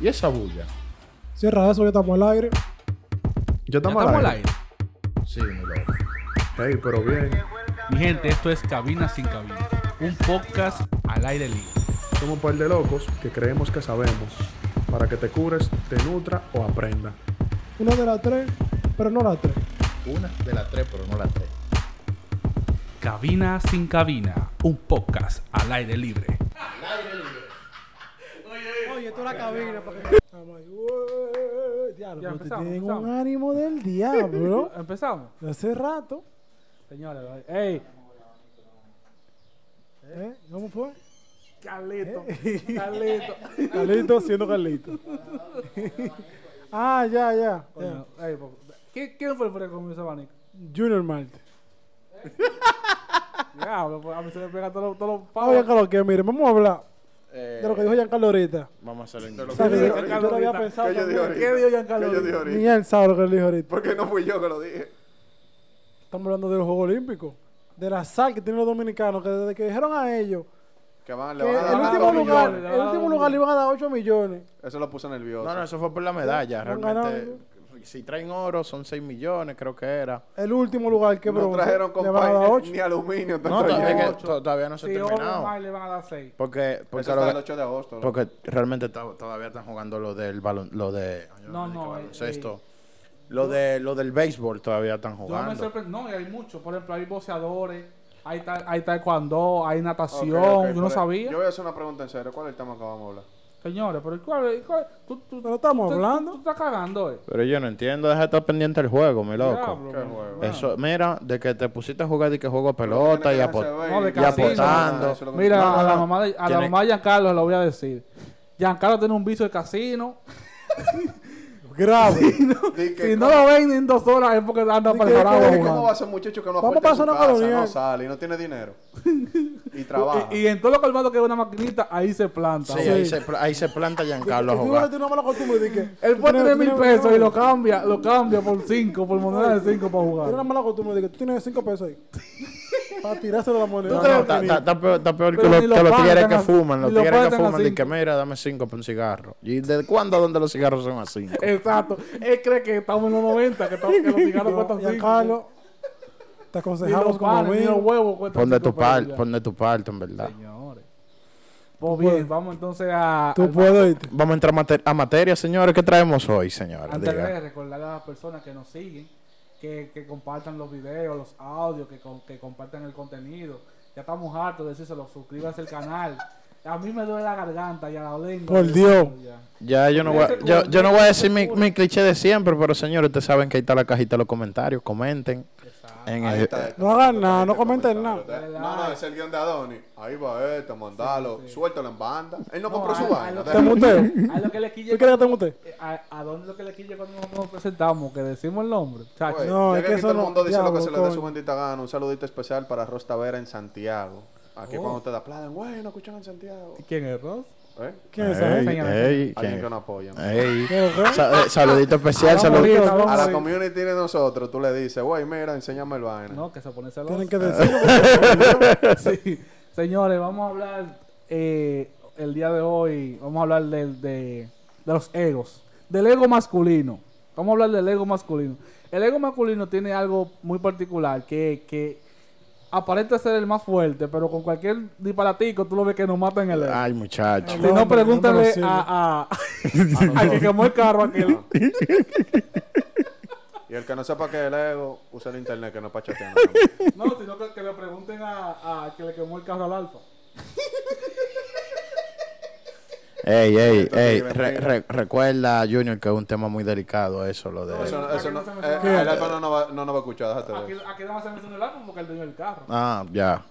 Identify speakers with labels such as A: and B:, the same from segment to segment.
A: ¿Y esa bulla?
B: Cierra eso, ya estamos al aire.
A: Yo
C: Ya
A: estamos
C: estamos al
A: al
C: aire.
A: Sí, mi loco. Ey, pero bien.
C: Mi gente, esto es Cabina sin Cabina. Un podcast al aire libre.
A: Somos un par de locos que creemos que sabemos. Para que te cures, te nutra o aprenda.
B: Una de las tres, pero no las tres.
D: Una de las tres, pero no las tres.
C: Cabina sin Cabina. Un podcast al aire libre.
B: Oye, esto es la cabina para que. Estamos ahí. Ué, Diablo,
E: Ya
B: pero ustedes
E: empezamos,
B: tienen un
E: empezamos.
B: ánimo del diablo.
E: Empezamos,
B: De hace rato.
E: señores. Ey,
B: ¿Eh? ¿Cómo fue?
E: Carlito, Carlito.
B: Carlito siendo Carlito. ah, ya, ya. ya.
E: Coño, ey, po- ¿Qui- ¿Quién fue el que comió ese abanico?
B: Junior Marte.
E: Diablo, pues, a mí se me pega todos los todo lo
B: Vamos, Giancarlo, que mire, vamos a hablar
D: Eh,
B: de lo que dijo Giancarlo ahorita.
D: Vamos a hacerlo en
B: O sea, que
E: dijo
B: yo,
E: Giancarlo
B: yo lo había
E: ahorita.
B: pensado.
F: ¿Qué yo dije
B: también.
F: ahorita?
E: ¿Qué dijo Giancarlo?
F: ¿Qué yo dije
B: Ni
F: ahorita?
B: él sabe lo que él dijo ahorita.
F: Porque no fui yo que lo dije.
B: Estamos hablando de los Juegos Olímpicos. De la sal que tienen los dominicanos, que desde que dijeron a ellos
F: Que van,
B: que
F: le
B: el
F: van a dar
B: último
F: dos
B: lugar,
F: millones.
B: el
E: Ah,
B: último lugar le iban a dar 8 millones.
F: Eso lo puso nervioso.
D: No, no, eso fue por la medalla.
B: No han
D: Realmente, si traen oro, son 6 millones, creo que era.
B: El último lugar que
F: No
B: bronce,
F: trajeron
B: le van a dar
F: compañía
B: 8.
F: ni aluminio. están
D: No, todavía,
F: trayendo.
D: que- to- todavía no se ha
E: Si oro
D: terminado.
E: más le van a dar seis.
D: Porque, porque,
F: Eso
D: lo-
F: está el 8 de agosto. loco.
D: porque realmente to- todavía están jugando lo del balon, lo de ay, yo
E: No,
D: dije
E: no, eh,
D: baloncesto. lo de lo del béisbol todavía están
E: Yo me
D: jugando.
E: sorprendo. No, y hay muchos. Por ejemplo, hay boxeadores, hay, ta- hay taekwondo, hay
F: Ok,
E: natación.
F: ok,
E: yo no
F: vale.
E: sabía.
F: Yo voy a hacer una pregunta en serio. ¿Cuál es el tema que vamos a hablar?
E: Señores, pero ¿cuál, cuál, tú, tú,
B: Pero estamos
E: tú- tú-
B: hablando.
E: Tú, estás cagando, eh.
D: Pero yo no entiendo, deja de estar pendiente del juego, mi loco.
E: Diablo,
F: Qué
E: man.
F: juego.
E: Bueno.
D: Eso, mira, de que te pusiste a jugar y que juego a pelota y a po-
E: No, de
D: y apostando.
F: Eso es lo que-
E: Mira,
D: No, no,
E: a la
D: no.
E: mamá de, a la
D: Tiene-
E: mamá de Giancarlo lo voy a decir. Giancarlo tiene un vicio de casino.
B: Grave.
F: Di que
E: Si no
F: cómo-
E: lo ven en dos horas es porque anda
B: ¿Y
E: para
B: qué-
E: el
B: qué-
E: carajo
B: qué-
F: di que ¿Cómo
E: jugando.
F: va a ser un muchacho que no
B: Vamos a
F: apuesta en su
B: pasar una
F: casa,
B: colonia.
F: no sale y no tiene dinero? y trabaja.
E: Y, y en todos los colmados que ve una maquinita, ahí se planta.
D: Sí, ahí se, pla- ahí se planta Giancarlo a
B: Tú ibas a
D: jugar.
B: tener una mala costumbre de que.
E: Él
B: tú
E: puede
B: tienes-
E: tener
B: tú
E: mil
B: tienes-
E: pesos y lo
B: tú
E: cambia, lo cambia por cinco, por moneda de cinco para
B: Tienes una
E: jugar.
B: mala costumbre de que tú tienes 5 pesos ahí. para tirárselo a la moneda.
E: ¿Tú
D: No,
E: crees
D: no, está, está- está peor, está peor que,
E: Pero
D: lo-
E: ni los
D: que los
E: padres
D: tigres
E: están
D: que
E: así,
D: fuman. Los
E: ni los
D: tigres que
E: padres están
D: fuman
E: así.
D: dicen que mira, dame cinco por un cigarro. ¿Y de cuándo donde los cigarros son a cinco?
E: Exacto. Él cree que estamos en los 90, que, estamos, que los cigarros cuestan cinco.
B: Giancarlo, te
E: y los
B: aconsejamos como
E: panes, y los
B: amigo.
E: huevos cuestan
D: Ponle
E: cinco
D: tu, par,
E: pesos ya.
D: ponle tu parte, en verdad.
E: Señores. Pues bien, vamos entonces a...
B: Tú
E: al-
B: puedes irte.
D: Vamos a entrar a, mater- a materia, señores. ¿Qué traemos hoy, señores?
E: Antes de
D: Diga.
E: recordar a las personas que nos siguen, que, que compartan los videos, los audios, que, con- que compartan el contenido. Ya estamos hartos de decírselo, suscríbanse al canal. A mí me duele la garganta y a la lengua.
B: Por Dios.
E: Ya.
D: Ya yo no, voy, a- yo, yo no voy a decir mi, mi cliché de siempre, pero señores, ustedes saben que ahí está la cajita de los comentarios. Comenten. En
F: Ahí
D: el-
F: está, este
B: No hagan
F: está,
B: nada, no
F: está,
B: comenten
F: está,
B: nada.
F: está. No, no, es el guión de Adonis. Ahí va esto, mandalo, suéltalo en banda. Él no compró
E: a-
F: su
E: a
F: vaina.
E: lo que-
B: Te muteo.
E: A lo que le
B: ¿Tú
E: quille,
B: crees que te mute?
E: a, a dónde lo que le quille cuando nos- nos presentamos, que decimos el nombre. Chacho.
F: Oye,
B: No,
F: Pues, ya
B: es que
F: aquí
B: eso
F: todo el
B: no-
F: mundo dice lo
B: diablo,
F: que se le dé su
B: coño.
F: bendita gana. Un saludito especial para Ross Tavera en Santiago.
E: Oh.
F: Aquí cuando ustedes aplauden, güey, no escuchan en Santiago.
E: ¿Quién es Ross?
F: ¿Eh?
B: ¿Quién es esa
D: Ey,
B: gente?
E: señores.
D: ey,
F: Alguien
D: ¿quién?
F: que no apoya.
E: Eh.
F: ¿no?
D: Ey.
B: ¿Qué, qué?
D: Sa- eh, saludito especial.
E: Vamos,
D: saludito.
E: Rita, vamos,
F: A la
E: Rita.
F: community de nosotros, tú le dices, güey, mira, enséñame el vaina.
E: No, que se pone celoso.
B: Tienen que decirlo.
E: Sí. Señores, vamos a hablar eh, el día de hoy, vamos a hablar del- de, de los egos, del ego masculino. Vamos a hablar del ego masculino. El ego masculino tiene algo muy particular que, que aparenta ser el más fuerte, pero con cualquier disparatico tú lo ves que nos matan el ego.
D: Ay, muchacho.
E: si
B: no, hombre,
E: no,
B: no me
E: pregúntale
B: lo sé.
E: a, a, al que quemó el carro aquel.
F: Y el que no sepa qué es el ego, usa el internet, que no es para chatear.
E: No, sino que, que le pregunten a, a que le quemó el carro al alfa.
D: Ey, ey,
F: Esto
D: ey.
F: te
D: re- re- recuerda, Junior, que es un tema muy delicado eso, lo de...
F: Eso, no- eso no,
E: Aquí no se
F: eh,
E: menciona.
F: el alfa no nos va, no nos va a escuchar, déjate de
E: Aquí,
F: eso.
E: aquí nada más se menciona el alfa porque él dueño el carro.
D: Ah, ya.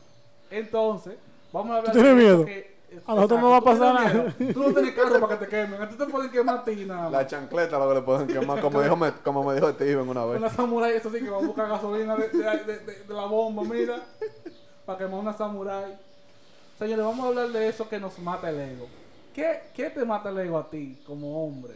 E: Entonces, vamos a hablar
B: ¿Tú tienes
E: de
B: miedo?
E: eso que-
B: A nosotros no va a
E: Tú tienes
B: pasar
E: miedo. Tú no tienes carro para que te quemen. A ti te pueden quemar a ti nada
F: La
E: más.
F: chancleta lo que le pueden quemar, como, dijo, me- como me dijo Steven una vez.
E: Una samurai, eso sí, que va a buscar gasolina de, de- de- de- de la bomba, mira. Para quemar una samurai. Señores, vamos a hablar de eso que nos mata el ego. ¿Qué, qué te mata el ego a ti como hombre?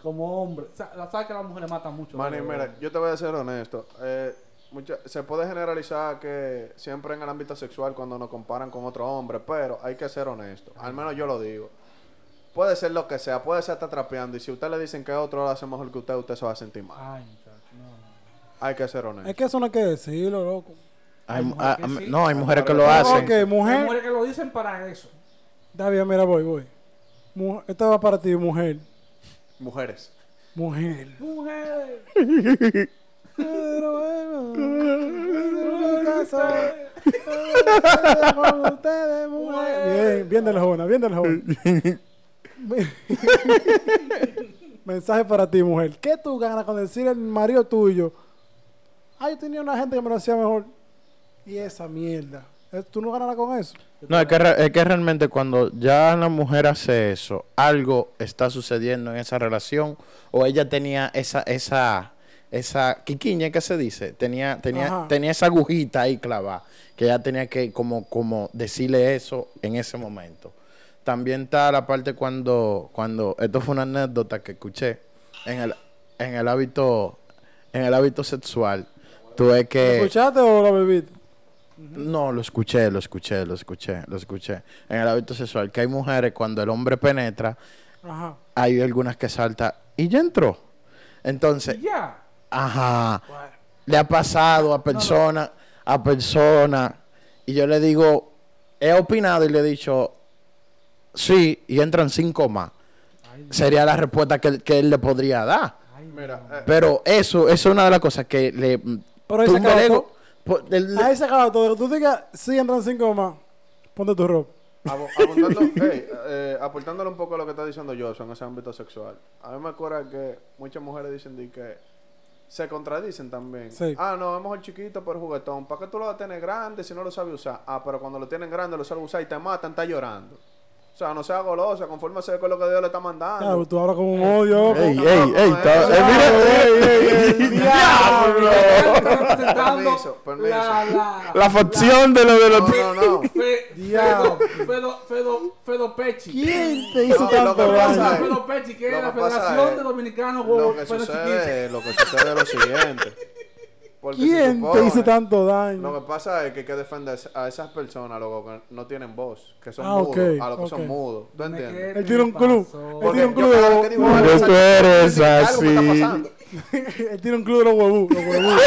E: Como hombre. O sea, la- sabes que a las mujeres matan mucho. el
F: Manny,
E: ego,
F: mira,
E: ¿verdad?
F: yo te voy a ser honesto. Eh, mucha- se puede generalizar que siempre en el ámbito sexual cuando nos comparan con otro hombre, pero hay que ser honesto. Al menos yo lo digo. Puede ser lo que sea, puede ser hasta trapeando. Y si usted le dicen que otro lo hace mejor que usted, usted se va a sentir mal.
E: Ay, muchacho, no.
F: Hay que ser honesto.
B: Es que eso no hay que decirlo, loco.
D: Hay mu-
E: mujeres
D: ah,
E: que
D: ah,
E: sí.
D: no, hay mujeres que lo
F: Ah,
D: hacen.
B: Ok,
E: Hay
B: mujer.
E: mujeres que lo dicen para eso.
B: Está bien, mira, voy, voy. Mu- Esta va para ti, mujer.
F: Mujeres.
B: Mujer.
E: Mujer.
B: Bien, bien de la jona, bien de la jona. Mensaje para ti, mujer. ¿Qué tú ganas con decir el marido tuyo? Ah, yo tenía una gente que me lo hacía mejor. Y esa mierda. Eh, ¿Tú no ganas nada con eso?
D: No, es que, re- es que realmente cuando ya la mujer hace eso, algo está sucediendo en esa relación o ella tenía esa esa esa quiquiña que se dice, tenía tenía
B: Ajá.
D: tenía esa agujita ahí clavada que ella tenía que como como decirle eso en ese momento. También está la parte cuando cuando esto fue una anécdota que escuché en el en el hábito en el hábito sexual. Tú ves
B: ¿Lo
D: que
B: ¿Escuchaste o lo bebiste?
D: no, lo escuché, lo escuché, lo escuché, lo escuché. En el hábito sexual, que hay mujeres cuando el hombre penetra,
B: Ajá.
D: hay algunas que salta y ya entró. Entonces,
E: Ya.
D: ajá, le ha pasado a persona, a persona, y yo le digo, he opinado y le he dicho, sí, y entran cinco más. Sería la respuesta que, él- que él le podría dar.
F: Mira, eh,
D: Pero eso, eso es una de las cosas que le
B: Pero ahí se
D: tumba el
B: acabó
D: ego. Po- el-
B: Ahí se acaba todo. Tú digas, sí, entran cinco más. Ponte tu ropa.
F: abu- abundando- ey, eh, aportándole un poco a lo que está diciendo yo en ese ámbito sexual. A mí me acuerda que muchas mujeres dicen de que se contradicen también.
B: Sí.
F: Ah, no, es mejor chiquito pero juguetón. ¿Para qué tú lo vas a tener grande si no lo sabes usar? Ah, pero cuando lo tienen grande lo sabes usar y te matan, está llorando. O sea, no sea golosa, confórmese con lo que Dios le está mandando.
B: Claro, tú hablas como un odio.
D: Ey,
B: como-
D: ey, ey,
F: no,
D: ta-
F: no,
D: eh, mira, ey, ey, ey, diablo.
E: Permiso,
F: Ah, Permiso, permiso.
E: La, la,
D: La facción de lo de los
F: No, no, no.
E: Fe-
B: Diablo.
E: Fedo, Fedo, Fedo, Fedo Pechi.
B: ¿Quién te hizo
F: No, lo que
B: tanto
F: pasa
B: daño?
E: La
F: es-
E: Fedo Pechi, que
F: Lo
E: es la
F: que pasa
E: Federación
F: es-
E: de Dominicanos
F: Lo
E: Huevos
F: que
E: Pelos Chiquitos.
F: sucede, lo que sucede es lo siguiente. Porque se
B: ¿Quién te hizo
F: supone-
B: tanto daño?
F: Lo que pasa es que hay que defender a esas personas, loco, que no tienen voz, que son
B: Ah,
F: mudos,
B: ok,
F: a los que
B: ok.
F: son mudos. ¿Tú
E: Me
F: entiendes?
E: quedé
B: Él tiene un club.
E: paso.
B: Él
F: Porque
B: tiene un
F: yo
B: club
F: cada vez que
B: de
F: digo
B: los-
F: algo,
D: Tú eres
F: algo me está
D: así.
F: pasando.
B: Él tiene un club de los huevos. Los huevos.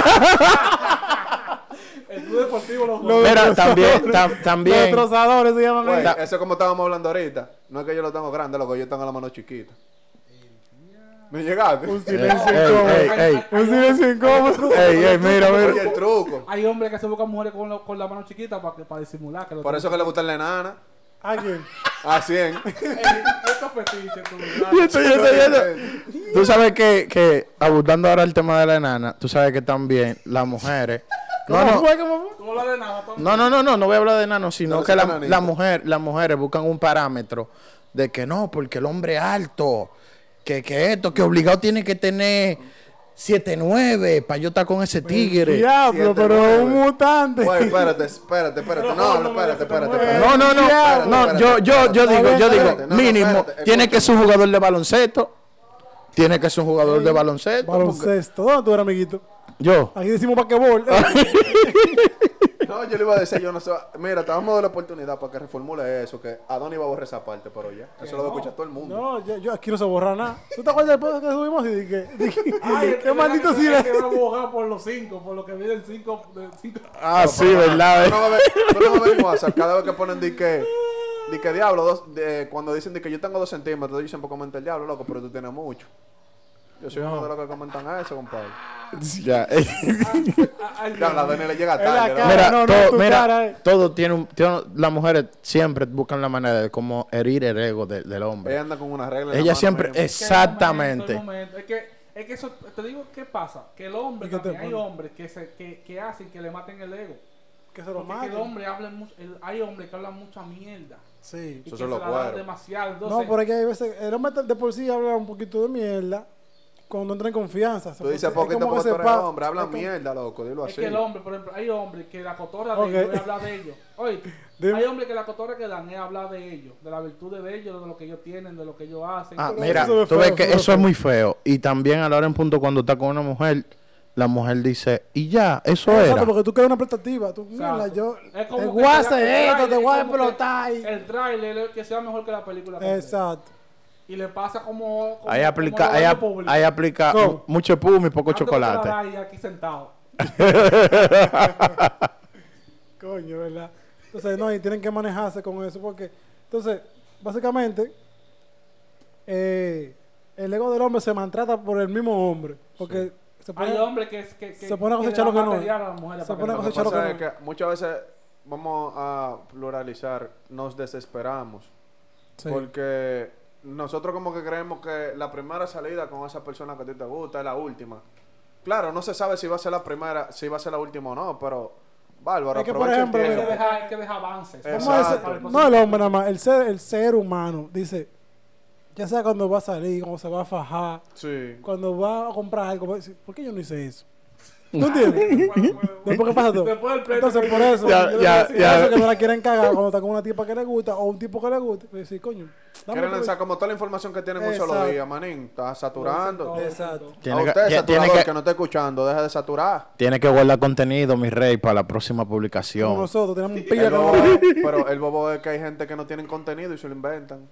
E: El club deportivo los
B: Lo-
D: Mira, también, tam-
B: Los
D: también.
B: destrozadores se llaman
F: Güey,
B: ahí.
F: eso es como estábamos hablando ahorita. No es que yo lo tengo grande, loco, yo tengo la mano chiquita. ¿Me llegaste?
B: Un
D: Eh, Ey,
B: silencio incómodo.
D: ey, ey,
B: Un silencio incómodo.
D: ey, ey, mira,
F: Oye, el
D: mira.
F: truco.
E: Hay hombres que se buscan mujeres con, la- con la mano chiquita para disimular. Que lo
F: Por eso que le gustan la enana. Ah,
B: ¿A quién?
F: A 100.
E: Esto fetiche, tú.
D: Yo estoy- yo estoy viendo. Tú sabes que, que, abundando ahora el tema de la enana, tú sabes que también las mujeres. No,
B: ¿Cómo
D: no,
B: fue? ¿Cómo fue?
E: Tú hablas de nada, tú.
D: No, no, no, no, no voy a hablar de enanos, sino
F: No,
D: que
F: sí,
D: la-
F: enanito.
D: la mujer, las mujeres buscan un parámetro de que no, porque el hombre es alto, que, que esto, que obligado tiene que tener 7-9 para yo estar con ese
F: Pues,
D: tigre.
B: Diablo,
F: Siete,
B: pero
F: nueve.
B: un mutante.
F: Güey, espérate, espérate, espérate. No, no, espérate, espérate. espérate.
D: No, no, no,
F: Espérate,
D: no,
F: espérate,
D: yo, yo, yo
F: espérate.
D: digo, yo digo,
F: Espérate, no, no,
D: mínimo,
F: espérate,
D: tiene
F: escucha.
D: que ser un jugador de baloncesto, tiene que ser un jugador de baloncesto. porque-
B: Baloncesto. ¿Dónde tú eres, amiguito?
D: Yo.
B: Aquí decimos basquetbol.
F: No, yo le iba a decir, yo no sé. Mira, te vamos a dar la oportunidad para que reformule eso, que Adonis va a borrar esa parte, pero ya. Eso lo va a escuchar todo el mundo.
B: No, yo, yo aquí no se borra nada. ¿Tú te acuerdas del podcast que subimos? Y dije, dije,
E: Ay,
B: qué maldito
E: silencio.
B: silencio.
E: Que van a abogar por los cinco, por lo que viven cinco. de- cinco.
D: Ah, sí, verdad.
F: Tú no
D: eh.
F: vas a ver, tú no vas a ver en WhatsApp cada vez que ponen di que, di que diablo, dos, de- cuando dicen di que yo tengo dos centímetros, dicen por comentar el diablo, loco, pero tú tienes mucho. Yo soy uno de los que comentan a eso, compadre.
D: Ya. eh.
E: Ay, Dios
F: Diablo, a
E: mío.
F: Dani le llega
B: la
F: tarde.
D: Mira,
B: cara.
F: ¿no?
B: no, no,
D: todo,
B: tu
D: mira,
B: cara, eh.
D: todo tiene un... tiene- las mujeres siempre buscan la manera de cómo herir el ego de- del
F: Ella
D: hombre.
F: anda con una regla. en la
D: Ella
F: mano,
D: siempre...
F: mira.
E: Que
D: Exactamente.
E: el momento, el momento. Es que, es que eso, te digo qué pasa, que el hombre,
B: ¿Y qué te
E: también, hay
B: pone?
E: hombres que, se, que, que hacen que le maten el ego.
B: Que se lo
E: Porque es que el
B: maten.
E: hombre habla mucho, el- hay hombres que hablan mucha mierda.
B: Sí.
E: Y
F: Esos
E: que
F: son
E: se
F: los
E: la dan
F: cueros.
E: demasiado. Entonces,
B: No, pero es que hay veces, el hombre de por sí habla un poquito de mierda cuando entra en confianza.
F: Tú dices,
B: poco
F: ¿por qué te pones hombre? Habla mierda, loco, dilo
E: Es
F: así.
E: que el hombre, por ejemplo, hay hombres que la cotorra de
B: Ok.
E: ellos es hablar de ellos. Oye,
B: Dime.
E: hay hombres que la cotorra que dan es hablar de ellos, de las virtudes de ellos, de lo que ellos tienen, de lo que ellos hacen.
D: Ah,
B: Pero
D: mira,
B: eso es
D: tú
B: feo,
D: ves que
B: eso es
D: eso
B: feo.
D: es muy feo. Y también a la hora en punto cuando está con una mujer, la mujer dice, y ya, eso
B: Exacto,
D: era.
B: porque tú creas una expectativa. Tú,
E: Exacto.
B: mierda, yo
E: Es
B: te
E: como que
B: voy a hacer
E: el
B: esto, te
E: tráiler,
B: voy a
E: es como que
B: explotar. y-
E: El tráiler es que sea mejor que la película. completa.
B: Exacto.
E: Y le pasa como. como
D: Ahí aplica,
E: como
D: ahí,
E: lo
D: ap-
E: hago público.
D: ahí aplica
E: ¿Cómo?
D: mu- mucho pum y
B: Ah,
D: poco
E: Ando con
D: chocolate.
E: la raya aquí sentado.
B: Coño, ¿verdad? Entonces, no, y tienen que manejarse con eso porque... Entonces, básicamente, eh, el ego del hombre se maltrata por el mismo hombre. Porque se pone...
E: Hay hombres que, que, que
B: se pone a
E: que le
B: cosechar lo
E: dan
B: que no es.
E: material a las mujeres
B: Se
E: para que
B: pone a
E: no-
F: Lo que
B: cosechar lo
F: pasa
B: que
F: es que muchas veces, vamos a pluralizar, nos desesperamos.
B: Sí.
F: Porque nosotros como que creemos que la primera salida con esa persona que a ti te gusta es la última. Claro, no se sabe si va a ser la primera, si va a ser la última o no, pero bárbaro,
B: Es que, por
F: aprovecha el
B: ejemplo,
E: Hay que
F: tiempo.
E: dejar- hay que dejar avances.
F: Exacto.
B: Vamos a decir-
E: Para el próximo-
B: no el hombre nada más, el ser, el ser humano. Dice, ya sea cuando va a salir, cuando se va a fajar,
F: Sí.
B: cuando va a comprar algo, va a decir, ¿por qué yo no hice eso? ¿No entiendes? Después que pasa todo.
E: Después del pleito
B: Entonces,
E: que-
B: por eso,
D: Ya,
B: yo
D: ya,
B: le decía,
D: ya.
B: por eso que no la quieren cagar cuando está con una tipa que le gusta o un tipo que le gusta. Y decir, coño, dame
F: Quieren
B: otro-
F: lanzar como toda la información que tienen en un solo
B: Exacto.
F: día, manín. Está saturando.
E: Todo.
B: Exacto.
D: Tiene
F: a
D: que-
F: usted,
D: tie- tiene
F: saturador,
D: que-
F: que... no está escuchando, deja de saturar.
D: Tiene que guardar contenido, mi rey, para la próxima
B: Como
D: publicación.
B: nosotros tenemos un
F: El
B: pilla
F: bobo
B: con
F: es- pero el bobo es que hay gente que no tienen contenido y se lo inventan.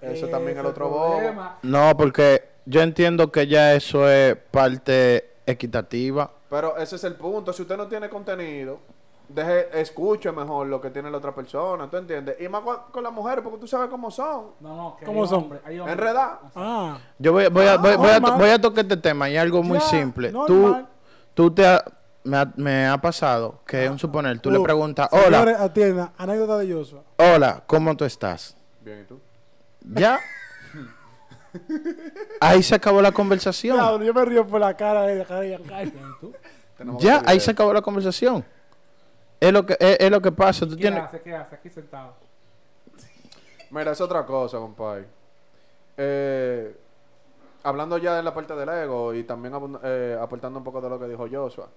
F: Eso también es el otro bobo.
E: problema.
D: No, porque yo entiendo que ya eso es parte equitativa.
F: Pero ese es el punto. Si usted no tiene contenido, deje, escuche mejor lo que tiene la otra persona, ¿tú entiendes? Y más con, con las mujeres, porque tú sabes cómo son.
E: No, no, que
B: ¿Cómo
E: hay
B: son?
E: hombres, hay hombres.
F: Enredar.
B: Ah,
D: Yo voy, voy a, voy, voy a,
B: normal.
D: voy a tocar este tema y algo muy
B: Ya,
D: simple. Tú,
B: normal.
D: tú te ha- me, ha, me ha pasado que, un suponer, tú le
B: Uh,
D: preguntas,
B: Señores,
D: hola,
B: atienda, anécdota de Joshua.
D: hola, ¿cómo tú estás?
F: Bien, ¿y tú?
D: ¿Ya? Ahí se acabó la conversación.
B: Diablo, yo me río por la cara de la cara de Giancarlo.
F: Tenemos
D: Ya,
F: otro
D: ahí
F: video.
D: se acabó la conversación. Es lo que, es, es lo que pasa. Tú
E: ¿Qué
D: tienes...
E: hace? ¿Qué hace? Aquí sentado.
F: Mira, es otra cosa, compadre. Eh, hablando ya de la parte del ego y también abund- eh, aportando un poco de lo que dijo Joshua.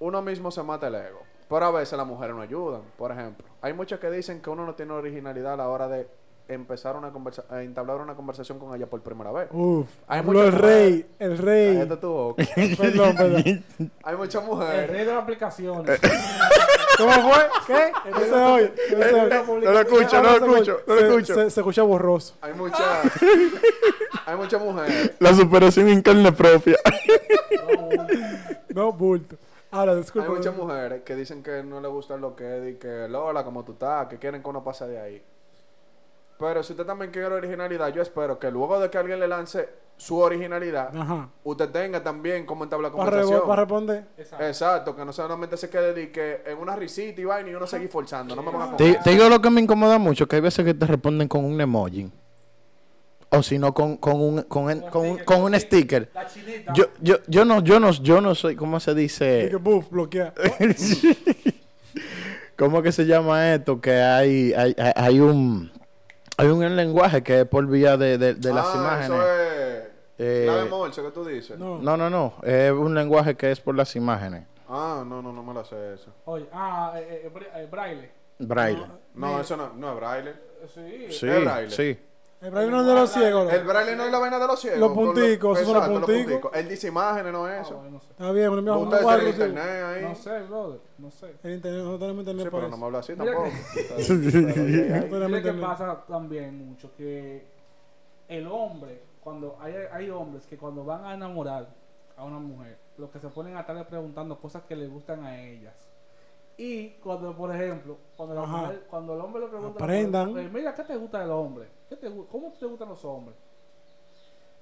F: Uno mismo se mata el ego. Pero a veces las mujeres no ayudan. Por ejemplo, hay muchas que dicen que uno no tiene originalidad a la hora de empezar una conversa a entablar una conversación con ella por primera vez.
B: Uf,
F: Hay
B: habló
F: mucho
B: el rey, el
F: Ahí
B: rey.
F: está tu boca.
B: Perdón, perdón.
F: Hay muchas
E: El
F: mujeres.
E: rey de las aplicaciones.
B: Eh, ¿Cómo fue? ¿Qué? No se oye. No se oye.
D: No lo escucho, no lo escucho, no lo
B: Se-
D: escucho.
B: Se, se escucha borroso.
F: Hay muchas. hay muchas mujeres.
D: La superación en carne propia.
B: No, bulto. Ahora, disculpa.
F: Hay muchas mujeres que dicen que no le gusta lo que es y que Lola, como tú estás, que quieren que uno pase de ahí. Pero si usted también quiere originalidad, yo espero que luego de que alguien le lance su originalidad,
B: Ajá.
F: usted tenga también cómo entablar
B: Ah. Para,
F: conversación.
B: responder.
E: Exacto.
F: Exacto, que no solamente se quede de que en una risita y vaina y uno seguir forzando. No me van a
D: Te,
F: comer.
D: te digo lo que me incomoda mucho, que hay veces que te responden con un emoji. O si no, con, con un, con, en- con un, con un sticker.
E: La chinita.
D: Yo, yo, yo no, yo no, yo no soy, ¿cómo se
B: Y que
D: dice?
B: buff, bloquea.
D: ¿Cómo que se llama esto? Que hay, hay, hay- hay un hay un lenguaje que es por vía de, de- de las
F: Ah,
D: imágenes.
F: Eso es.
D: Eh,
F: clave morse que tú dices.
B: No.
D: No, no, no. Es un lenguaje que es por las imágenes.
F: Ah, no, no, no me la sé eso.
E: Oye, ah, eh, eh, bra- eh, braille.
D: Braille.
F: No, eso no, no es braille.
E: Sí.
D: Sí,
F: Ah, ¿es braille?
D: sí.
B: El braille no es de los ciegos.
F: El braille no es la vaina de los ciegos.
B: Los
F: con
B: punticos, esos son los
F: exacto,
B: punticos.
F: Él dice imágenes, no es eso.
E: Oye, no sé.
B: Está bien, pero mira,
F: No,
B: un
F: ustedes
B: cuadro,
F: tienen
B: sí.
F: internet ahí.
E: No sé, brother. No sé.
B: El internet, no tenemos
F: Sí,
B: internet para
F: pero no me
B: eso.
F: habla así
E: Mira
F: tampoco.
B: No tenemos
E: Mira que
B: internet.
E: pasa también mucho que el hombre, cuando hay, hay hombres que cuando van a enamorar a una mujer, lo que se ponen a estarle preguntando cosas que le gustan a ellas. Y cuando, por ejemplo, cuando, la
B: Ajá.
E: mujer- cuando el hombre le pregunta, a la
B: Aprendan.
E: mujer, "Eh, mira, ¿qué te gusta del hombre? ¿Qué te gu- ¿Cómo te gustan los hombres?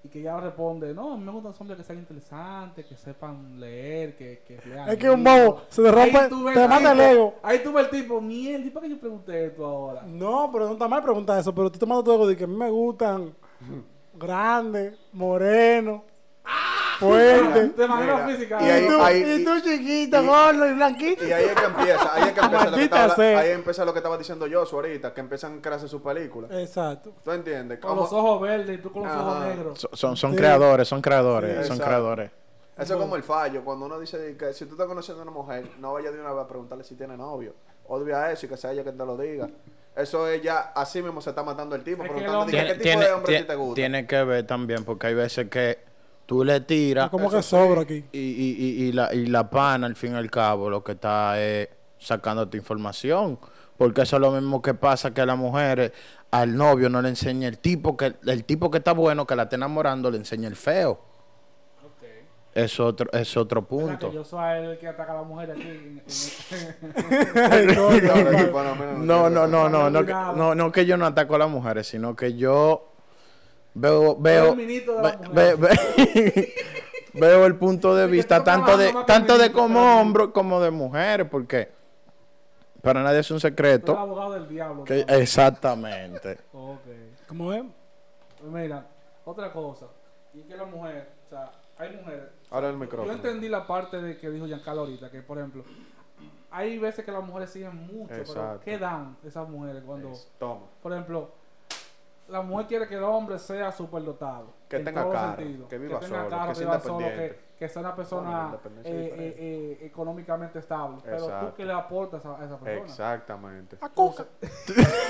E: Y que ella responde, no, a mí me gustan los hombres que sean interesantes, que sepan leer, que, que lean.
B: Es que un
E: libros".
B: bobo se te rompe,
E: Ahí tú ves
B: te mata el
E: tipo-
B: ego.
E: Ahí tuve el tipo, mierda, ¿y para qué yo pregunté esto ahora?
B: No, pero no está mal preguntar eso. Pero tú tomando tu ego de que a mí me gustan grande, moreno,
F: Ah.
B: fuerte.
E: De manera
F: Mira,
E: física.
F: y ahí-
B: Y tú,
F: ahí-
B: y tú chiquito,
F: y-
B: gordo y blanquito.
F: Y ahí es que empieza, ahí es que empieza lo que
B: Maldita
F: estaba,
B: sea.
F: ahí empieza lo que estaba diciendo yo ahorita, que empiezan a crearse sus
B: Eh,
F: películas.
B: Exacto.
F: ¿Tú entiendes?
E: Con los
F: Como-
E: ojos verdes y tú con los
F: Ajá.
E: ojos negros.
D: So- Son, son
B: Sí.
D: creadores, son creadores,
F: Sí,
D: son
F: exacto.
D: creadores.
F: Eso es como el fallo, cuando uno dice de que si tú estás conociendo a una mujer, no vayas de una vez a preguntarle si tiene novio. Obvia eso y que sea ella quien te lo diga. Eso es ya, así mismo se está matando el tipo,
E: Es que
F: preguntando
E: el
F: de que, qué tipo de hombre a ti
D: tie-
F: te gusta.
D: tiene que ver también, porque hay veces que tú le tiras
B: Como que sobra aquí.
D: y, y- y- y la, y la pana, al fin y al cabo, lo que está es sacando tu información. Porque eso es lo mismo que pasa que a las mujeres. al novio no le enseña el tipo que el tipo que está bueno que la está enamorando le enseña el feo. Es otro es otro punto.
E: Yo soy el que ataca a la mujer aquí. en- en-
F: Ahora aquí, por lo menos,
D: No, no,
F: tiene
D: no,
F: razón.
D: no, no, que- no, no que yo no ataco a las mujeres, sino que yo veo, veo,
E: el minito de la
D: ve-
E: mujer.
D: ve- ve- veo el punto de
E: que
D: vista
E: tú no
D: tanto de,
E: trabajas más que
D: tanto
E: el
D: de
E: minito,
D: como
E: pero-
D: hombres como de mujeres, porque para nadie es un
E: Tú eres el
D: secreto.
E: abogado del diablo.
D: que-
F: eh.
E: cabrón.
D: exactamente.
E: Ok.
B: ¿Cómo es?
E: Pues Mira, otra cosa. Y es que la mujer, o sea, hay mujeres.
F: Ahora el
E: Yo
F: micrófono.
E: entendí la parte de que dijo Giancarlo ahorita, que por ejemplo, hay veces que las mujeres siguen mucho,
F: Exacto.
E: pero ¿qué dan esas mujeres cuando,
F: Es- Toma.
E: por ejemplo, la mujer quiere que el hombre sea superdotado?
F: Que
E: en
F: tenga
E: todo
F: carro,
E: sentido,
F: que viva
E: tenga
F: solo,
E: carro,
F: que sea
E: viva solo, que,
F: independiente.
E: que sea una
F: Bueno, la
E: persona
F: independencia es
E: eh,
F: diferente.
E: eh, eh, económicamente estable. Pero
F: Exacto.
E: tú, ¿qué le aportas a, a esa persona?
F: Exactamente.
E: Entonces,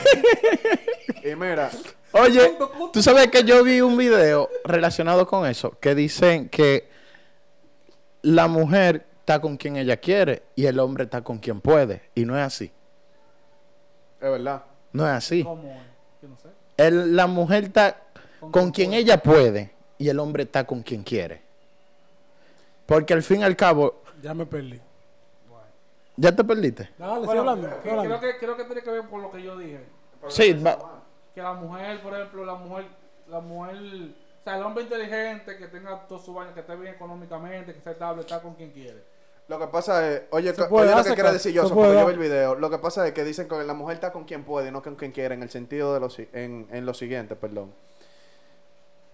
F: Y mira,
D: Oye, tú sabes que yo vi un video relacionado con eso, que dicen que la mujer está con quien ella quiere y el hombre está con quien puede, y no es así.
F: es verdad.
D: No es así.
E: ¿Cómo es? Yo no sé.
D: El- la mujer está
E: ¿Con
D: con quien
E: quién puede?
D: ella puede y el hombre está con quien quiere. Porque al fin y al cabo,
B: Ya me perdí.
D: ya te perdiste.
B: Dale, sigue
E: Bueno,
B: hablando.
E: que-
B: sigue hablando.
E: creo, que, creo que tiene que ver con lo que yo dije.
D: Sí, va-
E: que la mujer, por ejemplo, la mujer, la mujer, o sea, el hombre inteligente que tenga todo su baño, que esté bien económicamente, que esté estable, está con quien quiere.
F: Lo que pasa es, oye,
B: Se
F: co-
B: puede
F: oye lo
B: dar,
F: que
B: se
F: quiere
B: ca-
F: decir
B: se
F: yo,
B: puede
F: porque yo
B: dar.
F: vi el video. Lo que pasa es que dicen que la mujer está con quien puede, no con quien quiere, en el sentido de lo, si- en, en lo siguiente, perdón.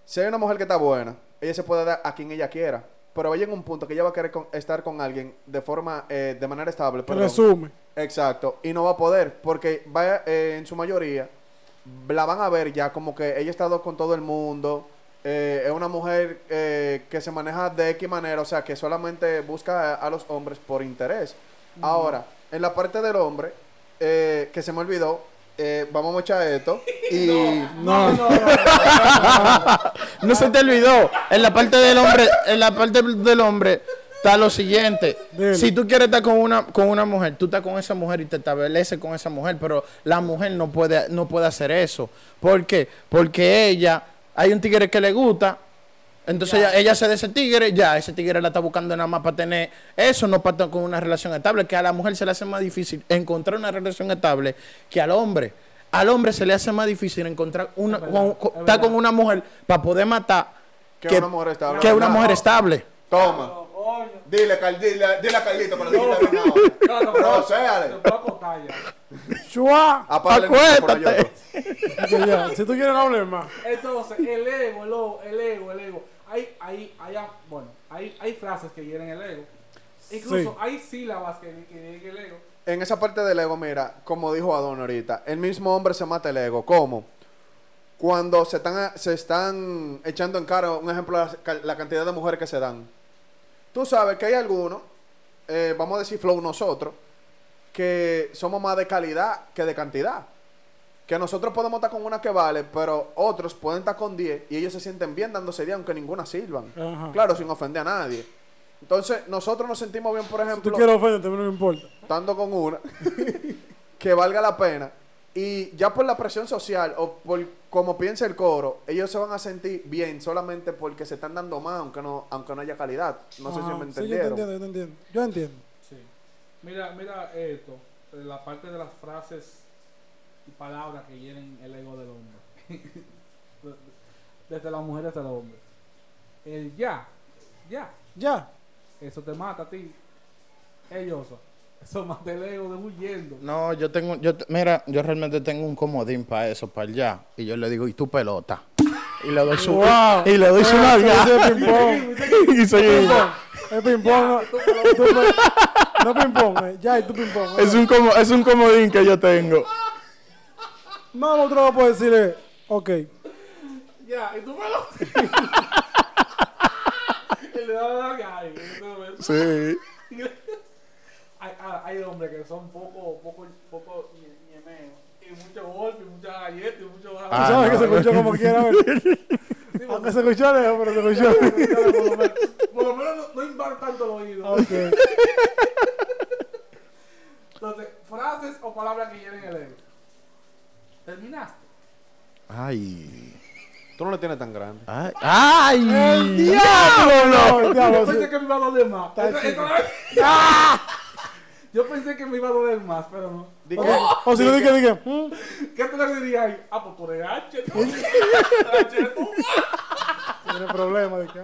F: Si hay una mujer que está buena, ella se puede dar a quien ella quiera, pero vaya en un punto que ella va a querer con- estar con alguien de forma, eh, de manera estable,
B: Que
F: perdón.
B: Resume.
F: Exacto, y no va a poder, porque va, eh, en su mayoría la van a ver ya como que ella ha estado con todo el mundo, eh, es una mujer eh, que se maneja de X manera, o sea, que solamente busca a, a los hombres por interés. Ahora, en la parte del hombre, eh, que se me olvidó, eh, vamos a echar esto, y
B: No, no,
D: no se te olvidó. En la parte del hombre, en la parte del hombre está lo siguiente.
B: Dile.
D: Si tú quieres estar con una con una mujer, tú estás con esa mujer y te estableces con esa mujer, pero la mujer no puede no puede hacer eso. ¿Por qué? Porque ella hay un tigre que le gusta entonces ella, ella se de ese tigre, ya ese tigre la está buscando nada más para tener eso, no para estar con una relación estable, que a la mujer se le hace más difícil encontrar una relación estable que al hombre. Al hombre se le hace más difícil encontrar una,
E: Es verdad,
D: con-
E: es
D: con-
E: verdad.
D: estar con una mujer para poder matar
F: Que una mujer estable.
D: que una
F: No.
D: mujer estable.
F: toma.
E: Coño,
F: Dile, Carl- dile, dile a Carlito que lo dijiste de una hora.
E: claro, pero-
F: No, séale.
E: te puedo acotar ya.
B: no. Chua.
F: Apaga el micrófono, yo-
D: Acuéstate.
B: Ok, ya, Si tú quieres, no hables más.
E: Entonces, el ego, el ego, el ego, el ego. Hay, hay, hay, bueno, hay, hay frases que hieren el ego. Incluso
B: Sí.
E: hay sílabas que, que hieren el ego.
F: En esa parte del ego, mira, como dijo Adon ahorita, el mismo hombre se mata el ego. ¿Cómo? Cuando se están, se están echando en cara, un ejemplo, la, la cantidad de mujeres que se dan. Tú sabes que hay algunos, eh, vamos a decir flow nosotros, que somos más de calidad que de cantidad. Que nosotros podemos estar con una que vale, pero otros pueden estar con 10 y ellos se sienten bien dándose 10 aunque ninguna sirvan.
B: Ajá.
F: Claro, sin ofender a nadie. Entonces, nosotros nos sentimos bien, por
B: Si tú
F: ejemplo
B: quieres ofenderte, a mí no me importa.
F: estando con una que valga la pena. Y ya por la presión social o por como piensa el coro, ellos se van a sentir bien solamente porque se están dando más, aunque no, aunque no haya calidad. No sé
B: Ajá.
F: si me
B: Ah, Sí, yo te
F: entendieron.
B: entiendo, yo te entiendo. Yo entiendo.
E: Sí. Mira, mira esto, eh, la parte de las frases y palabras que hieren el ego del hombre. De- de- Desde la mujer hasta el hombre. El ya, ya,
B: Ya.
E: eso te mata a ti. Ellos, eso mata el ego de huyendo.
D: No, yo tengo, yo, te- mira, yo realmente tengo un comodín para eso, para allá. Y yo le digo, ¿y tu pelota? Y le doy su, y le doy su nalga.
B: Eh, Es ping-pong.
D: Y soy-
B: Es ping-pong. no- tú pe- No ping-pong. eh. Ya, y tú ping-pong.
D: es un como, es un comodín que yo tengo.
B: No, lo otro que puedo decir es, ok,
E: Ya, y tú me lo. y le da la gana.
D: Sí.
E: hay, hay- hay hombres que son poco, poco, poco ñe- ñemeos. Y mucho golpe, y muchas galletas, y mucho
D: Ah,
B: sabes que
D: no.
B: se escuchó como quiera, ¿verdad? Aunque se escuchó lejos, pero se escuchó.
E: por lo menos, por lo menos no, no invadan tanto el oído.
B: Ok.
E: Entonces, frases o palabras que lleven el ego. Terminaste.
D: Ay.
F: Tú no lo tienes tan grande.
D: Ay. ¡Ay!
B: ¡Diablo! El diablo,
E: Yo
B: sí.
E: pensé que me iba a doler más.
B: Está
E: Esto-
B: chido.
E: esto-
D: Ah.
E: Yo pensé que me iba a doler más, pero no.
F: Di que-
B: O- O si no dije, dije, mm,
E: ¿Qué tú le dirías ahí? Ah, pues por el H, ¿no?
B: tiene problema. Dije,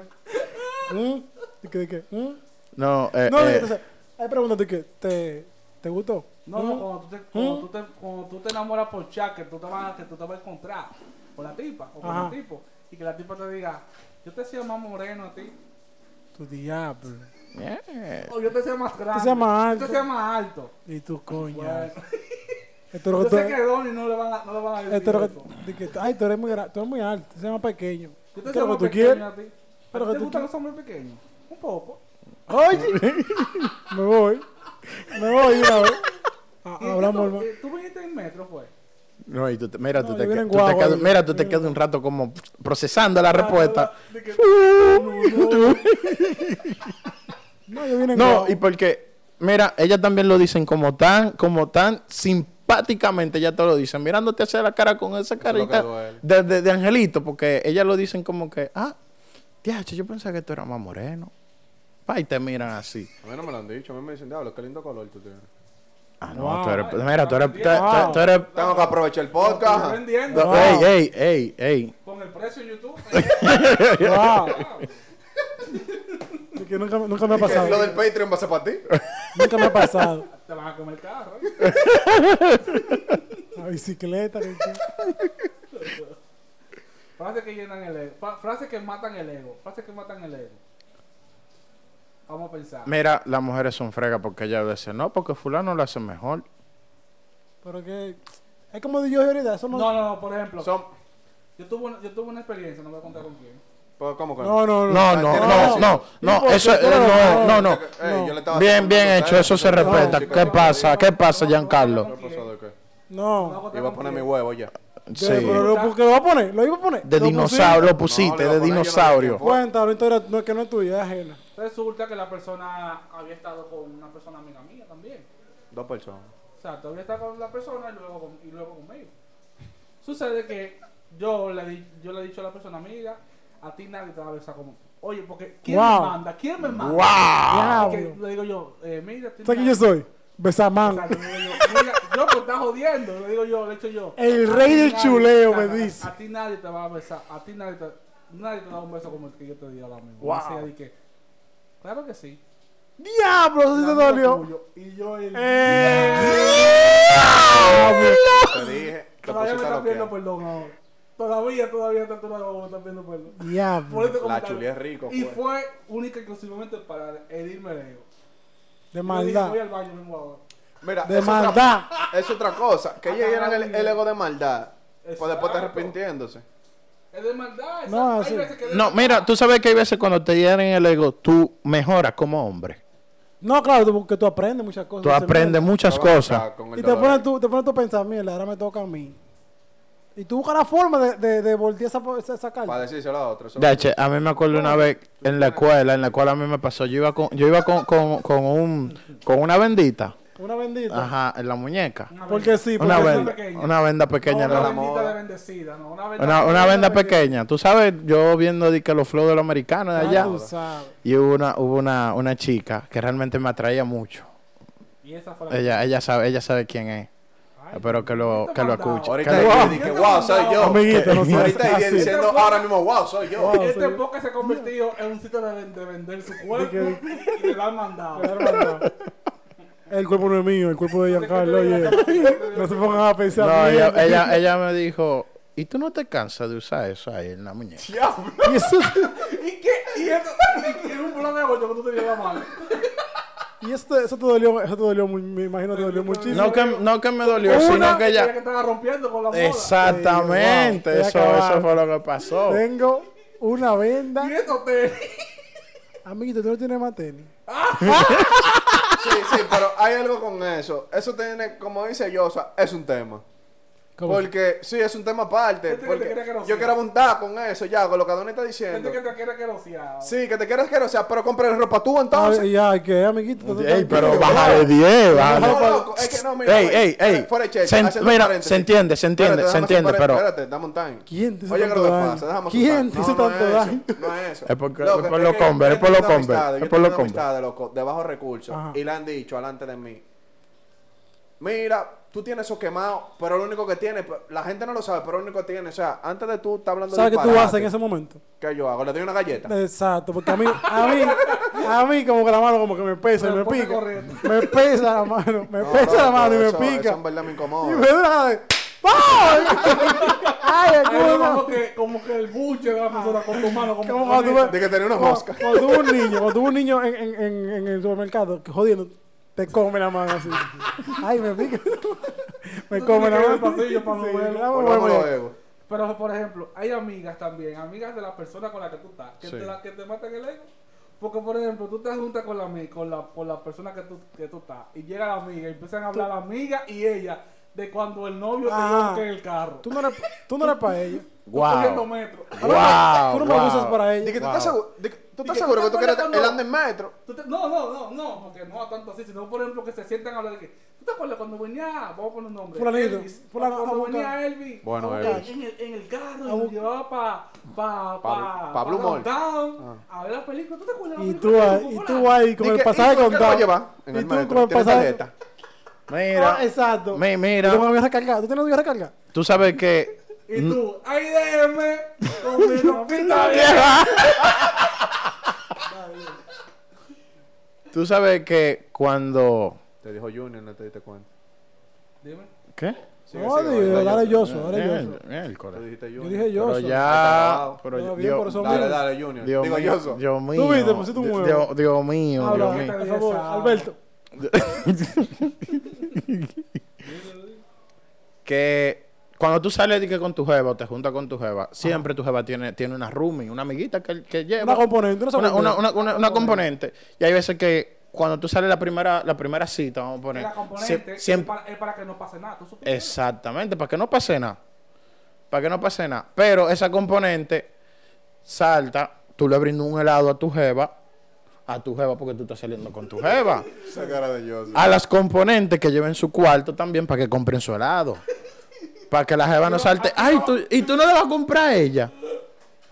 B: mm, dije, dije, mm.
D: No, eh,
B: No,
D: eh,
B: entonces, hay preguntas de que, ¿te, te gustó?
E: No, no,
B: Mm.
E: cuando tú te, cuando tú te, cuando tú te enamoras por chat, que tú te vas, que tú te vas a encontrar con la tipa o con
B: Ajá.
E: el tipo, y que la tipa te diga, yo te hacía más moreno a ti,
B: Tu diablo.
E: o yo te hacía más grande,
B: Eh. hacía más
E: yo
B: alto.
E: te hacía más alto.
B: Y tu Este coña.
E: Pues,
B: Esto es
E: yo
B: lo que
E: sé
B: tú-
E: que a Donnie no le van a, no le van a decir
B: esto es lo
E: eso.
B: este que- de que, Ay, tú eres muy, gra- tú eres muy alto, tú eres más pequeño.
E: Yo
B: ¿Qué
E: te
B: es
E: hacía
B: lo
E: más
B: que tú
E: pequeño
B: quieres?
E: a ti. ¿A
B: Pero
E: ti
B: que
E: te
B: tú
E: gustan
B: qui-
E: los hombres pequeños? Un poco.
B: Oye, me voy. Me voy una vez. Ah,
E: Y
B: hablamos,
E: tú,
B: hermano.
E: eh, tú viniste en metro, fue.
D: no, y tú te- mira,
B: No,
D: tú
B: yo
D: te,
B: vine
D: que-
B: en
D: tú te
B: guagua, Ah,
D: quedas,
B: yo-
D: mira, tú
B: yo
D: te
B: vine
D: quedas un rato como procesando la respuesta.
E: De que-
B: No, yo vine en
D: No,
B: guagua.
D: y porque, mira, ellas también lo dicen como tan, como tan simpáticamente, ellas te lo dicen, mirándote hacia la cara con esa
F: es lo que
D: carita
F: duele.
D: de, de- de angelito, porque ellas lo dicen como que, ah, tía, yo pensaba que tú eras más moreno. Pa, y te miran así.
F: A mí no me lo han dicho. A mí me dicen, diablo, qué lindo color tú tienes.
D: Ah, no, tú eres, mira, tú eres, tú, tú- tú eres,
F: Tengo que aprovechar el
E: Estoy
F: podcast.
E: vendiendo
D: no, ey, ey, ey, ey.
E: con el precio en YouTube.
B: De que nunca, nunca me ha
F: Que Lo
B: pasado.
F: del Patreon va a ser para ti.
B: Nunca me ha pasado.
E: Te van a comer carro.
B: La bicicleta. que- que-
E: Frases que llenan el ego. Fra- frases que matan el ego. Frases que matan el ego. Vamos a pensar.
D: Mira, las mujeres son fregas porque ellas dicen, no, porque fulano lo hace mejor.
B: Pero que... Es como dije yo ahorita, eso
E: No,
B: no...
E: no, no, por ejemplo.
F: Son...
E: Yo tuve, una, yo tuve una experiencia, no voy a contar con quién.
F: pues, ¿Cómo que
B: No, no, no.
D: No, no, no, no, Eh, no, eso es, no, no, no.
F: Eh, yo le estaba
D: Bien,
F: haciendo
D: bien
F: un
D: hecho, eso se
F: comentario.
D: respeta.
F: Chico,
D: ¿Qué
F: no,
D: pasa? ¿Qué pasa, Giancarlo?
F: ¿Qué pasó de qué?
E: No voy a
B: No.
E: contar
F: Iba a
E: con
F: poner mi
E: quién.
F: huevo ya.
D: Sí.
B: De- pero lo, porque lo voy a poner, lo iba a poner.
D: De
B: Lo puse.
D: dinosaurio, lo pusiste, de
F: No, le voy a poner, yo no
D: dinosaurio.
F: tengo
B: Cuéntalo, historia no, que no es tuya, es ajena.
E: Resulta que la persona había estado con una persona amiga mía también.
F: Dos personas.
E: O sea, todavía está con la persona y luego, con- y luego conmigo. Sucede que yo le, di- yo le he dicho a la persona, amiga, a ti nadie te va a besar como... Oye, porque ¿quién
B: Wow.
E: me manda? ¿Quién me manda?
D: ¡Wow!
E: Y que le digo yo, eh, mira, a ti
B: ¿Sabes
E: nadie-
B: quién yo soy? Besamán.
E: Exacto, le digo yo, mira, yo te estás jodiendo, le digo yo, le echo yo.
B: El
E: A
B: rey
E: ti
B: del
E: nadie-
B: chuleo me
E: a- a-
B: dice.
E: A ti nadie te va a besar, a ti nadie te, nadie te da un beso como el que yo te di ahora mismo.
D: Wow.
E: Así, así que, claro que sí.
B: ¡Diablo! Eso sí te
E: Un amigo
B: dolió. Eh.
E: tuyo. Y yo el...
F: Te dije, te
E: Todavía me
F: pusiste a
E: estás pidiendo
F: loquear.
E: perdón ahora. Todavía, todavía tanto la me estás pidiendo perdón. Por
B: Diablo.
E: este
F: La
E: comentario.
F: chulé rico,
E: Y
F: fue.
E: fue única y exclusivamente para herirme el ego.
B: De
E: Yo dije,
B: maldad.
E: Voy al baño, vengo ahora.
F: Mira,
B: De
F: es otra-
B: maldad.
F: Es otra cosa. Que ellos llenan el, el ego de maldad. Pues después
E: Exacto.
F: te arrepintiéndose.
E: Es de maldad. esa-
B: No,
E: hay
B: sí.
E: veces que de-
D: No, mira, tú sabes que hay veces cuando te llenan el ego, tú mejoras como hombre.
B: No, claro, tú- porque tú aprendes muchas cosas.
D: Tú
B: dices,
D: aprendes
B: mierda.
D: muchas
F: Te vas a
D: cosas.
F: casar con el
B: Y te
F: dolor.
B: pones tú, te pones tú a pensar, mierda, ahora me toca a mí. Y tú buscas la forma de, de, de voltear esa, esa, esa carta.
F: Para decírselo a otro. eso-
D: De hecho, a mí me acuerdo una vez en la escuela, en la cual a mí me pasó, yo iba con, yo iba con, con, con un, con una bendita,
B: Una bendita.
D: ajá, en la muñeca.
E: Una
B: Porque
E: vez.
B: sí, porque
D: Una
B: sí.
D: venda,
E: pequeña.
D: una venda
E: No,
D: pequeña. en
E: una
D: la-
E: bendita
F: moda.
E: de bendecida, no. Una,
D: Una,
E: bendita
D: una
E: de
D: venda
E: bendecida.
D: pequeña. Tú sabes, yo viendo di que los flows de los americanos de
B: Ya
D: allá.
B: tú sabes.
D: Y hubo una, hubo una, una chica que realmente me atraía mucho.
E: Y esa fue la
D: Ella, ella sabe, ella sabe quién es.
E: Ay,
D: Espero que lo,
E: ¿quién te
D: que lo
E: mandaba?
D: escuche.
F: Ahorita
D: Que
F: hay
D: lo-
F: gente que wow, soy yo.
B: Amiguito, no seas
F: Ahorita hay gente
B: así.
F: diciendo ahora mismo, wow, soy yo.
E: Este podcast se ha convertido en un sitio de, de vender su cuerpo
B: Dije,
E: y le han mandado.
B: El cuerpo no es mío, el cuerpo de Giancarlo, oye. No se pongan a pensar.
D: No, ella,
B: mierda.
D: ella, ella me dijo, ¿y tú no te cansas de usar eso ahí en la muñeca?
B: Y eso,
E: ¿Y qué? ¿Y esto? ¿Y un bolón de bocho que tú te dio la mano?
B: y eso, te- eso te dolió, eso te dolió, muy- me imagino te dolió muchísimo.
D: No que, no que me dolió, sino
E: Una
D: que
E: que
D: ella...
E: estaba rompiendo con la moda.
D: Exactamente,
B: Sí, wow,
D: eso,
B: estoy acabado.
D: eso fue lo que pasó.
B: Tengo una venda.
E: Y esto te...
B: Amiguito, tú no tienes más tenis.
F: Sí, sí, pero hay algo con eso. Eso tiene, como dice yo, o sea, es un tema.
B: ¿Cómo?
F: Porque sí, es un tema aparte.
E: Gente que
F: porque
E: te quiere que no
F: yo
E: sea.
F: quiero abundar con eso ya, con lo que Adonis está diciendo.
E: te quiere que lo sea.
F: Sí, que te quieres que o sea, pero compra ropa tú entonces.
B: Ah, Ay, ya, que amiguito. tú- tú-
D: Ey,
B: tú-
D: pero baja de 10, baja
F: No,
D: de-
F: loco, es que no, mira,
D: Ey,
F: fuera-
D: ey, ey.
F: fuera de chiste,
D: Se en-
F: haciendo un
D: Mira,
F: paréntesis.
D: se entiende, se entiende,
F: Espérate,
D: se
F: déjame hacer un
D: entiende,
F: par-
D: pero.
F: Espérate, dame un time.
B: ¿Quién te hizo
F: Oye,
B: tanto
F: que lo que
B: daño?
F: pasa, déjame hacer
B: ¿Quién
F: un time.
B: te hizo
F: No, no
B: tanto
F: es eso,
B: daño?
F: No es eso.
D: Es porque-
F: Loco,
D: es por los
F: que
D: Converse,
F: yo
D: es por los
F: tengo
D: Converse,
F: amistades,
D: es
F: yo
D: por
F: tengo
D: los Converse.
F: amistades, loco, de bajos recursos.
B: Ajá.
F: Y le han dicho alante de mí. Mira, tú tienes eso quemado, pero lo único que tienes, la gente no lo sabe, pero lo único que tienes, o sea, antes de tú estás hablando
B: ¿Sabes qué tú
F: disparate.
B: haces en ese momento?
F: ¿Qué yo hago? Le doy una galleta.
B: Exacto, porque a mí, a mí, a mí como que la mano como que me pesa y me
E: ponte
B: pica.
E: corriente.
B: Me pesa la mano, me
F: No,
B: pesa la
F: loco,
B: mano y me
F: eso- Eso
B: pica.
F: en verdad me
B: Y
F: incomoda.
B: me da una de... ¡Ay! ¡Ay, el
E: Como
B: culo!
E: que, como que el buche de la persona con tu mano. Como,
B: Como cuando tuve-
F: De que tenía una
B: cuando-
F: mosca.
B: Cuando tuvo un niño, cuando tuvo un niño en, en, en, en el supermercado, que jodiendo, te come la mano así. ¡Ay, me pica! Me come
E: tienes
B: la
E: que ir
B: mano.
E: al pasillo para no
B: Sí,
E: verlo.
B: dame un
F: Volvamos a los
B: huevo.
F: egos.
E: Pero, por ejemplo, hay amigas también, amigas de la persona con la que tú estás, que,
F: Sí.
E: te, la- que te matan el ego. Porque, por ejemplo, tú te juntas con la, ami- con la, con la persona que tú, que tú estás y llega la amiga y empiezan a hablar la amiga y ella de cuando el novio
B: Ah.
E: te dio en el carro.
B: Tú no eres, tú no eres para ella.
E: cogiendo
D: Wow.
E: metro.
B: Tú no me-
D: Wow,
B: Tú no me
D: wow.
B: usas para
F: De que
B: ella.
F: tú
D: Wow.
F: estás seguro, de que tú
E: Y que
F: estás
E: tú
F: seguro
E: te
F: que tú quieres
E: acuerdas
F: el
E: cuando-
F: ande en metro.
E: Tú te- no, no, no, no, porque no tanto así, sino por ejemplo que se sientan a hablar de que. ¿Tú te acuerdas cuando venía, vamos a poner un nombre?
B: Fulanito,
E: Elvis.
B: fulano,
E: cuando
B: a buscar.
E: venía Elvis.
F: Bueno,
E: a buscar
F: Elvis.
E: En el, en el carro,
B: A
E: y
B: bu-
E: nos llevaba para. Pa, pa,
F: Pa-
E: pa,
F: pa Blue Mall. Ah.
E: Downtown, A ver la película, ¿tú te acuerdas? de la
B: Y tú,
E: película
B: ahí-
E: de
B: y
E: Fulano?
B: tú ahí con
F: Di
B: el
F: que,
B: pasaje
F: ¿y por qué
B: contado.
F: lo llevas en
B: Y
F: el
B: tú
F: metro?
B: con el
F: ¿Tienes
B: pasaje.
F: tarjeta?
D: Mira,
B: Ah, exacto.
D: mi-
B: Tú
D: mira,
B: me habías recargado. ¿Tú tienes novia recargada?
D: tú sabes que.
E: Y tú, ay, déjeme con mi ropita bien.
D: Tú sabes que cuando.
F: Te dijo Junior, no te diste cuenta.
E: Dime.
D: ¿Qué? Eh,
B: No, digo, dale
F: yo.
B: Yoso, dale Yoso.
F: Tú dijiste
B: Yo
F: Junior.
B: dije
D: Pero
B: Yoso.
D: ya.
F: acabado.
D: Pero
B: Todo bien, por
D: Dios,
B: eso
F: Dale,
B: mío.
F: dale, Junior.
D: Dios
F: Digo,
D: mío.
F: Yoso.
D: Dios mío.
B: viste, pusiste un huevo.
D: Dios- Dios mío,
B: Habla,
D: Dios
E: Ahorita
D: mío.
B: por
E: de
B: favor,
E: esa-
B: Alberto.
D: que cuando tú sales de que con tu jeva o te juntas con tu jeva, siempre tu jeva tiene, tiene una roomie, una amiguita que, que lleva.
B: Una componente, una
D: una,
B: componente.
D: una- una- una- una componente. Y hay veces que cuando tú sales la primera, la primera cita, vamos a
E: Que
D: poner.
E: la
D: sie-
E: componente es,
D: siempre,
E: para, es para que no pase nada. ¿Tú supiste?
D: exactamente, para que no pase nada. Para que no pase nada. Pero esa componente salta, tú le brindas un helado a tu jeva, a tu jeva porque tú estás saliendo con tu jeva.
F: Esa cara de Yoso.
D: A las componentes que lleven su cuarto también para que compren su helado. Para que la jeva no salte. Ay, tú, y tú no le vas a comprar a ella.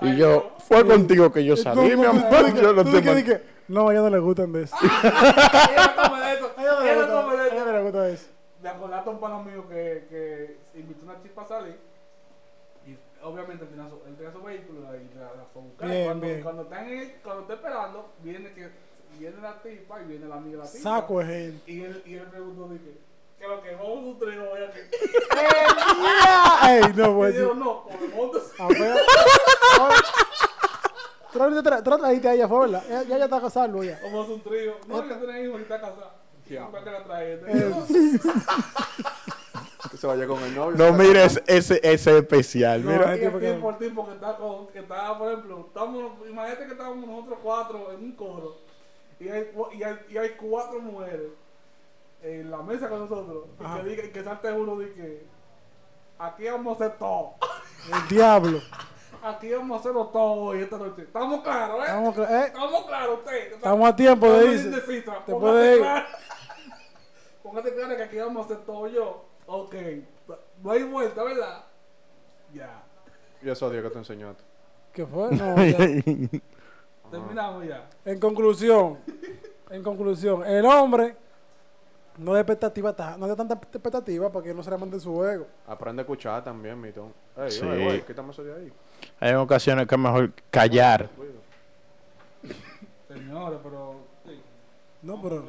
D: Y yo, fue contigo que yo
B: Tú-
D: salí,
B: tú-
D: mi
B: tú-
D: amor.
B: tú-
D: Yo no
B: tú
D: te
B: dije-
D: mandé.
B: dije, No, a ella no le gustan de eso.
E: Ella come de esto.
B: A ella no le
E: Ella
B: gusta-
E: come de
B: a
E: esto.
B: ella no le gusta eso.
E: me acordaste un pana mío que, que invitó una chispa a salir. Y obviamente él tenía su, él tenía su vehículo y la, la fue a buscar.
B: Bien,
E: cuando,
B: bien.
E: cuando están en- cuando está esperando, viene que viene la tipa y viene la amiga de la tipa.
B: Saco eh. es él.
E: Y él, y él preguntó, dije, que lo que vamos a nutrir hoy aquí.
B: Ey, no,
E: Y
B: güey.
E: yo, no, por el mundo sí".
B: Ah. Trata a ella, fue verdad. Ella- Ya ella está casada, salvo ya.
E: Como es un trío. No, que tiene hijos y está casada. ¿Para que la traes?
B: Eh, Ah.
F: Que se vaya con el novio.
D: No mires ese, ese especial,
B: No,
D: mira.
B: eh.
E: Y el tiempo, el tiempo que está, con, que está, por ejemplo, estamos, imagínate que estábamos nosotros cuatro en un coro y hay, cu- y hay, y hay cuatro mujeres en la mesa con nosotros y que, diga, y que salte uno de que aquí vamos a hacer todo,
B: El diablo.
E: aquí vamos a hacerlo todo hoy esta noche. Estamos claros, ¿eh?
B: Estamos, cla- eh,
E: Estamos claros, usted.
B: estamos a tiempo de irse.
E: Te
B: Te puedes ir.
E: Póngate claro que aquí vamos a hacer todo yo. Ok, no hay vuelta, ¿verdad? Ya.
F: Yoso, Dios, que te enseñaste.
B: ¿Qué fue? No, ya.
E: Terminamos ya.
B: En conclusión, en conclusión, el hombre no de expectativa, ta- no de tanta expectativa para que no se le mande su ego.
F: Aprende a escuchar también, Mito. Ey,
D: Sí.
F: oye, güey, quítame eso de ahí.
D: Hay ocasiones que es mejor callar.
F: Cuido.
E: Señores, pero. Sí.
B: No, pero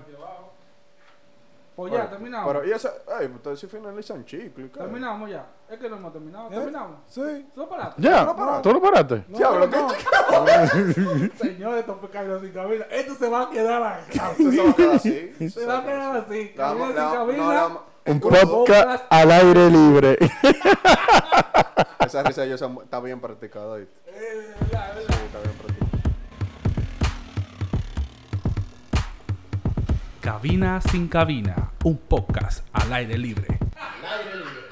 E: Pues
F: Oye,
E: ya, terminamos.
F: Pero, y eso, ey, ustedes sí finalizan chicle. ¿qué?
E: Terminamos ya. Es que no hemos terminado. Terminamos.
B: sí.
E: Solo para.
D: Ya, ¿tú lo paraste?
B: No,
F: Diablo,
B: no,
F: ¿qué?
E: Señores, esto fue Cabina sin cabina. Esto se va a quedar así.
F: Eso se va a quedar así.
E: Se va a quedar así.
F: Le damos-
E: Cabina sin
F: le damos- no, le
E: cabina.
F: damos-
D: Un
E: grupo.
D: podcast al aire libre.
F: Esa risa de Yoso está bien practicada. ¿oíste?
E: Eh, de verdad, de verdad.
F: Sí, Está bien practicada.
C: Cabina sin cabina, un podcast al aire libre.
D: Al aire libre.